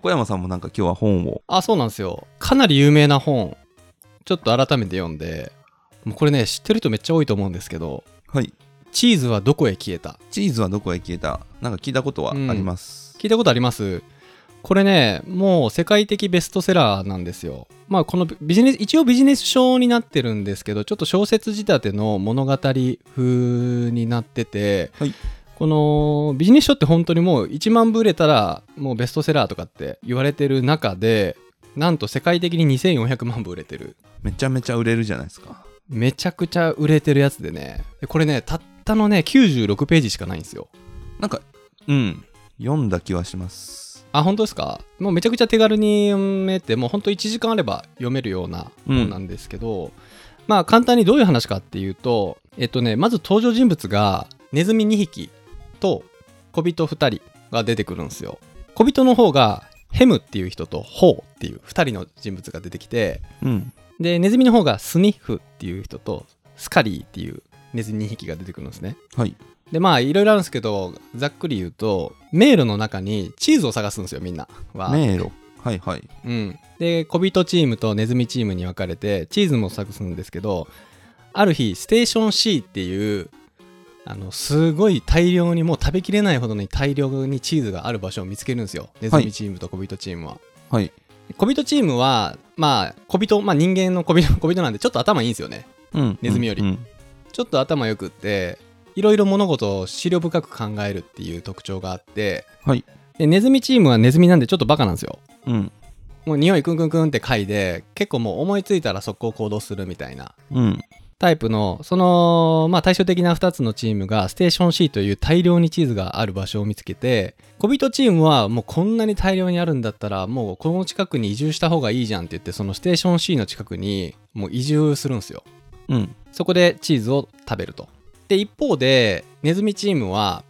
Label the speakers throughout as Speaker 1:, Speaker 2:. Speaker 1: 小山さんもなんか今日は本を
Speaker 2: あ、そうなんですよ。かなり有名な本、ちょっと改めて読んで、もうこれね、知ってる人めっちゃ多いと思うんですけど、
Speaker 1: はい
Speaker 2: チーズはどこへ消えた
Speaker 1: チーズはどこへ消えたなんか聞いたことはあります、
Speaker 2: 聞いたことありますこれね、もう世界的ベストセラーなんですよ。まあ、このビジネス、一応ビジネス書になってるんですけど、ちょっと小説仕立ての物語風になってて、
Speaker 1: はい
Speaker 2: このビジネス書って本当にもう1万部売れたらもうベストセラーとかって言われてる中で、なんと世界的に2400万部売れてる。
Speaker 1: めちゃめちゃ売れるじゃないですか
Speaker 2: めちゃくちゃ売れてるやつでねでこれねたったのね96ページしかないんですよ
Speaker 1: なんかうん読んだ気はします
Speaker 2: あ本当ですかもうめちゃくちゃ手軽に読めてもうほんと1時間あれば読めるような本なんですけど、まあ簡単にどういう話かっていうとえっとねまず登場人物がネズミ2匹と小人2人が出てくるんですよ小人の方がヘムっていう人とホウっていう2人の人物が出てきて
Speaker 1: うん
Speaker 2: でネズミの方がスニフっていう人とスカリーっていうネズミ2匹が出てくるんですね
Speaker 1: はい
Speaker 2: でまあいろいろあるんですけどざっくり言うと迷路の中にチーズを探すんですよみんなは
Speaker 1: 迷路はいはい
Speaker 2: うんで小人チームとネズミチームに分かれてチーズも探すんですけどある日ステーション C っていうあのすごい大量にもう食べきれないほどに大量にチーズがある場所を見つけるんですよネズミチームと小人チームは、
Speaker 1: はい
Speaker 2: 小人チームはまあ小人、まあ、人間の小人小人なんでちょっと頭いいんですよね
Speaker 1: うん
Speaker 2: ネズミより
Speaker 1: うん
Speaker 2: ちょっと頭良くっていろいろ物事を思慮深く考えるっていう特徴があって
Speaker 1: はい
Speaker 2: でネズミチームはネズミなんでちょっとバカなんですよ
Speaker 1: うん
Speaker 2: もう匂いクンクンクンって嗅いで結構もう思いついたら速攻行動するみたいな
Speaker 1: うん
Speaker 2: タイプのそのまあ対照的な2つのチームがステーション C という大量にチーズがある場所を見つけて小人チームはもうこんなに大量にあるんだったらもうこの近くに移住した方がいいじゃんって言ってそのステーション C の近くにもう移住するんですよ
Speaker 1: うん
Speaker 2: そこでチーズを食べると。で、一方で、ネズミチームは、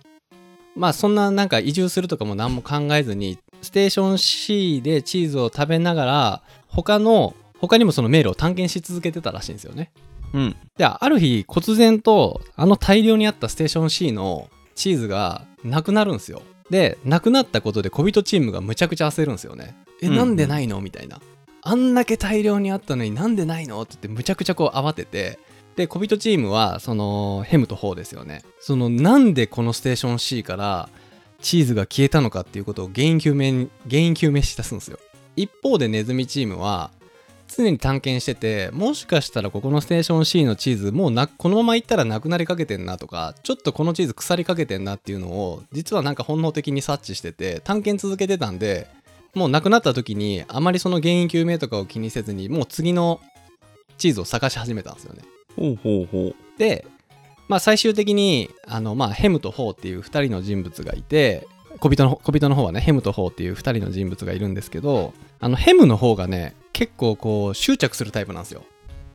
Speaker 2: まあそんななんか移住するとかも何も考えずに、ステーション C でチーズを食べながら、他の、他にもその迷路を探検し続けてたらしいんですよね。
Speaker 1: うん
Speaker 2: で、ある日、忽然と、あの大量にあったステーション C のチーズがなくなるんですよ。で、なくなったことで小人チームがむちゃくちゃ焦るんですよね。え、
Speaker 1: うん
Speaker 2: なんでないのみたいな。あんだけ大量にあったのになんでないのって言ってむちゃくちゃこう慌てて。で、小人チームは、その、ヘムとホーですよね。その、なんでこのステーション C からチーズが消えたのかっていうことを原因究明に、原因究明したすんですよ。一方でネズミチームは、常に探検しててもしかしたらここのステーション C のチーズもうなこのままいったらなくなりかけてんなとかちょっとこのチーズ腐りかけてんなっていうのを実はなんか本能的に察知してて探検続けてたんでもうなくなった時にあまりその原因究明とかを気にせずにもう次のチーズを探し始めたんですよね。
Speaker 1: ほうほうほ
Speaker 2: で、まあ、最終的にあの、まあ、ヘムとホーっていう2人の人物がいて小人の小人の方はねヘムとホーっていう2人の人物がいるんですけどあのヘムの方がね結構こう執着するタイプなんですよ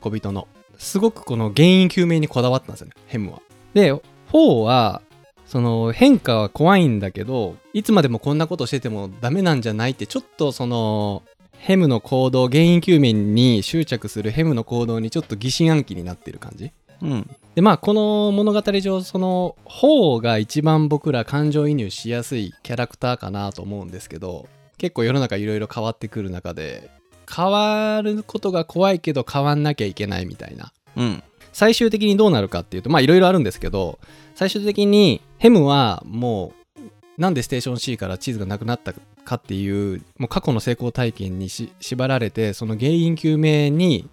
Speaker 2: 小人のすごくこの原因究明にこだわったんですよねヘムはでホーはその変化は怖いんだけどいつまでもこんなことしててもダメなんじゃないってちょっとそのヘムの行動原因究明に執着するヘムの行動にちょっと疑心暗鬼になってる感じ
Speaker 1: ううん
Speaker 2: でまあこの物語上その方が一番僕ら感情移入しやすいキャラクターかなと思うんですけど結構世の中いろいろ変わってくる中で変わることが怖いけど変わんなきゃいけないみたいな
Speaker 1: うん
Speaker 2: 最終的にどうなるかっていうとまあいろいろあるんですけど最終的にヘムはもうなんでステーション C からチーズがなくなったかっていうもう過去の成功体験にし縛られてその原因究明に、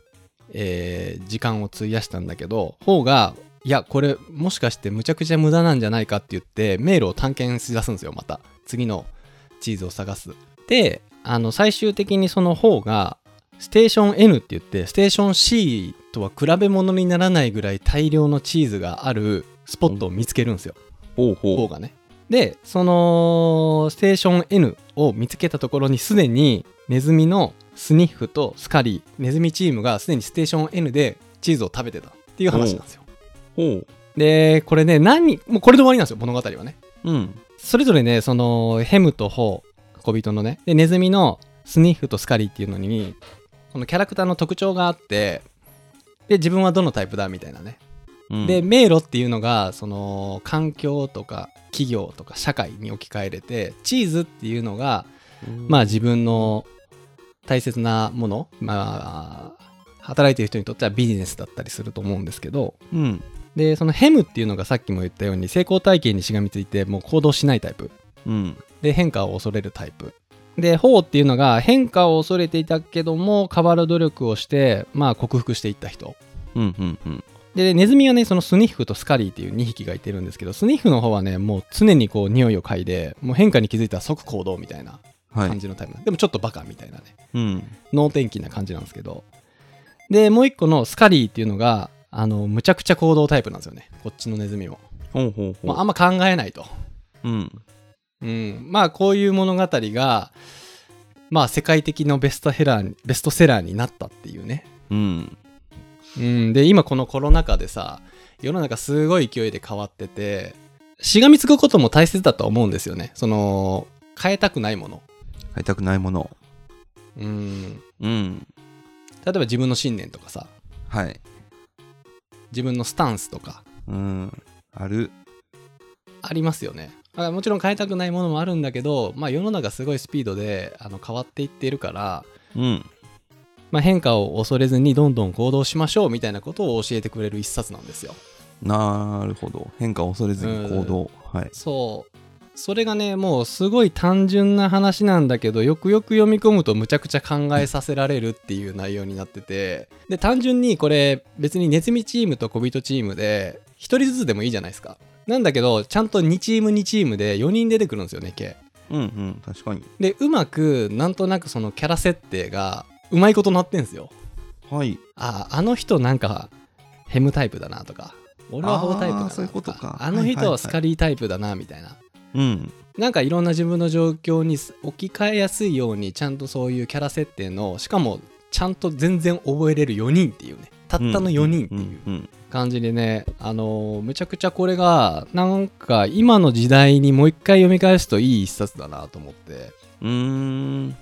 Speaker 2: えー時間を費やしたんだけど方がいやこれもしかしてむちゃくちゃ無駄なんじゃないかって言って迷路を探検しだすんですよまた次のチーズを探す。であの最終的にその方がステーション N って言ってステーション C とは比べ物にならないぐらい大量のチーズがあるスポットを見つけるんですよ、
Speaker 1: ほうほ
Speaker 2: 方がね。でそのステーション N を見つけたところにすでにネズミのスニッフとスカリーネズミチームがすでにステーション N でチーズを食べてたっていう話なんですよ。
Speaker 1: うほう
Speaker 2: でこれね何もうこれで終わりなんですよ物語はね。
Speaker 1: うん
Speaker 2: それぞれねそのヘムとホー小人のねでネズミのスニッフとスカリーっていうのにこのキャラクターの特徴があってで自分はどのタイプだみたいなね、
Speaker 1: うん
Speaker 2: で迷路っていうのがその環境とか企業とか社会に置き換えれてチーズっていうのがまあ自分の大切なもの、まあ、働いてる人にとってはビジネスだったりすると思うんですけど、
Speaker 1: うん
Speaker 2: で、そのヘムっていうのがさっきも言ったように成功体験にしがみついてもう行動しないタイプ。
Speaker 1: うん
Speaker 2: で、変化を恐れるタイプ。で、ホウっていうのが変化を恐れていたけども変わる努力をして、まあ克服していった人。
Speaker 1: うんうんうん
Speaker 2: で、ネズミはね、そのスニッフとスカリーっていう2匹がいてるんですけど、スニッフの方はね、もう常にこう匂いを嗅いで、もう変化に気づいたら即行動みたいな
Speaker 1: は
Speaker 2: 感
Speaker 1: い
Speaker 2: じのタイプなんで、でもちょっとバカみたいなね。
Speaker 1: うん
Speaker 2: 能天気な感じなんですけどでもう一個のスカリーっていうのがあのむちゃくちゃ行動タイプなんですよねこっちのネズミも、
Speaker 1: ほうほうほ
Speaker 2: ま
Speaker 1: う
Speaker 2: あ、あんま考えないと、
Speaker 1: うん
Speaker 2: うん、まあこういう物語がまあ世界的のベストヘラーベストセラーになったっていうね、
Speaker 1: うん
Speaker 2: うん、で今このコロナ禍でさ世の中すごい勢いで変わっててしがみつくことも大切だとは思うんですよねその変えたくないもの、
Speaker 1: 買いたくないもの
Speaker 2: うん、例
Speaker 1: うん
Speaker 2: えば自分の信念とかさ
Speaker 1: はい
Speaker 2: 自分のスタンスとか
Speaker 1: うんある
Speaker 2: ありますよね。まあもちろん変えたくないものもあるんだけど、まあ、世の中すごいスピードであの変わっていっているから、
Speaker 1: うん
Speaker 2: まあ、変化を恐れずにどんどん行動しましょうみたいなことを教えてくれる一冊なんですよ。
Speaker 1: なるほど変化を恐れずに行動はい
Speaker 2: そうそれがねもうすごい単純な話なんだけどよくよく読み込むとむちゃくちゃ考えさせられるっていう内容になっててで単純にこれ別にネズミチームと小人チームで1人ずつでもいいじゃないですか。なんだけどちゃんと2チーム2チームで4人出てくるんですよね計。
Speaker 1: うんうん確かに
Speaker 2: でうまくなんとなくそのキャラ設定がうまいことなってんすよ
Speaker 1: はい
Speaker 2: ああの人なんかヘムタイプだなとか俺はホータイプだな
Speaker 1: あーそういうことか
Speaker 2: あの
Speaker 1: はいはい
Speaker 2: 人
Speaker 1: は
Speaker 2: はいスカリータイプだなみたいな、
Speaker 1: うん
Speaker 2: なんかいろんな自分の状況にす置き換えやすいようにちゃんとそういうキャラ設定のしかもちゃんと全然覚えれる4人っていうねたったの4人っていう
Speaker 1: うん
Speaker 2: 感じでね、あのーむちゃくちゃこれがなんか今の時代にもう一回読み返すといい一冊だなと思って
Speaker 1: うんうんうーん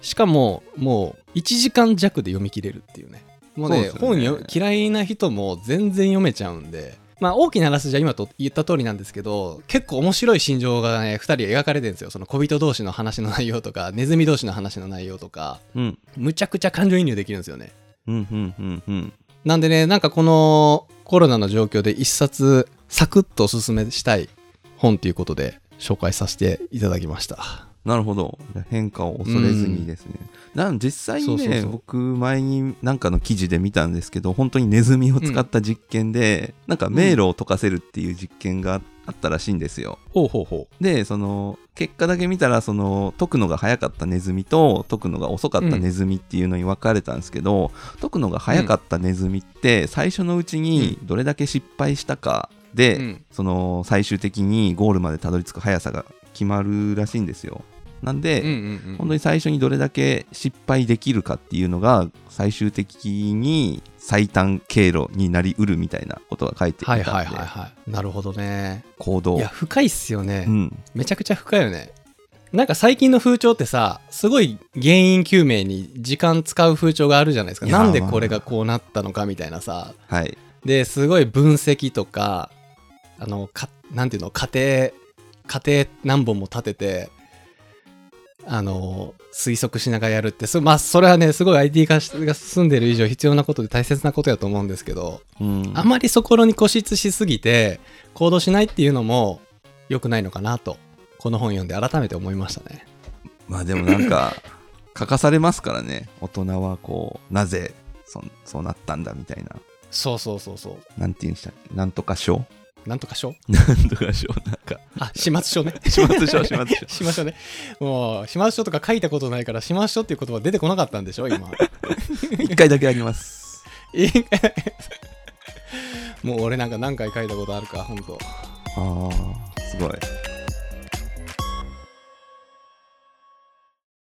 Speaker 2: しかももう1時間弱で読み切れるっていうねもうね
Speaker 1: そう
Speaker 2: 本
Speaker 1: ですよね
Speaker 2: よ嫌いな人も全然読めちゃうんでまあ大きなあらすじは今と言った通りなんですけど結構面白い心情がね2人描かれてるんですよその小人同士の話の内容とかネズミ同士の話の内容とか
Speaker 1: うん
Speaker 2: むちゃくちゃ感情移入できるんですよね
Speaker 1: うんうんうんうん
Speaker 2: なんでねなんかこのコロナの状況で一冊サクッとおすすめしたい本ということで紹介させていただきました
Speaker 1: なるほど変化を恐れずにですね、なん実際にね
Speaker 2: そうそうそう
Speaker 1: 僕前になんかの記事で見たんですけど本当にネズミを使った実験で、なんか迷路を溶かせるっていう実験があったらしいんですよ
Speaker 2: ほうほうほ
Speaker 1: でその結果だけ見たらその解くのが早かったネズミと解くのが遅かったネズミっていうのに分かれたんですけど、解くのが早かったネズミって最初のうちにどれだけ失敗したかで、
Speaker 2: うん
Speaker 1: その最終的にゴールまでたどり着く速さが決まるらしいんですよなんで、
Speaker 2: う、うんうんう
Speaker 1: 本
Speaker 2: ん、
Speaker 1: 当に最初にどれだけ失敗できるかっていうのが最終的に最短経路になりうるみたいなことが書いていた
Speaker 2: は
Speaker 1: ん
Speaker 2: い
Speaker 1: で、
Speaker 2: はいはいはいなるほどね
Speaker 1: 行動
Speaker 2: いや深いっすよね、
Speaker 1: うん
Speaker 2: めちゃくちゃ深いよねなんか最近の風潮ってさすごい原因究明に時間使う風潮があるじゃないですか
Speaker 1: いやー
Speaker 2: なんでこれがこうなったのかみたいなさ
Speaker 1: はい
Speaker 2: ですごい分析とかあのかなんていうの家庭家庭何本も立ててあの推測しながらやるってそまあそれはねすごい IT 化しが進んでる以上必要なことで大切なことやと思うんですけど
Speaker 1: うん
Speaker 2: あまりそこに固執しすぎて行動しないっていうのも良くないのかなとこの本読んで改めて思いましたね。
Speaker 1: まあでもなんか 書かされますからね大人はこうなぜそそうなったんだみたいな
Speaker 2: そうそうそうそ
Speaker 1: なんていうんでしたっけなんとか賞
Speaker 2: う。なんとか書
Speaker 1: なんとか賞なんか
Speaker 2: あ、 始末書ね。
Speaker 1: 始末書始末書
Speaker 2: しましょうね。もう、しましょうとか書いたことないから、しましょうっていう言葉出てこなかったんでしょ、 今。
Speaker 1: 一回だけあります
Speaker 2: いいもう俺なんか何回書いたことあるか、ほんと。
Speaker 1: あーすごい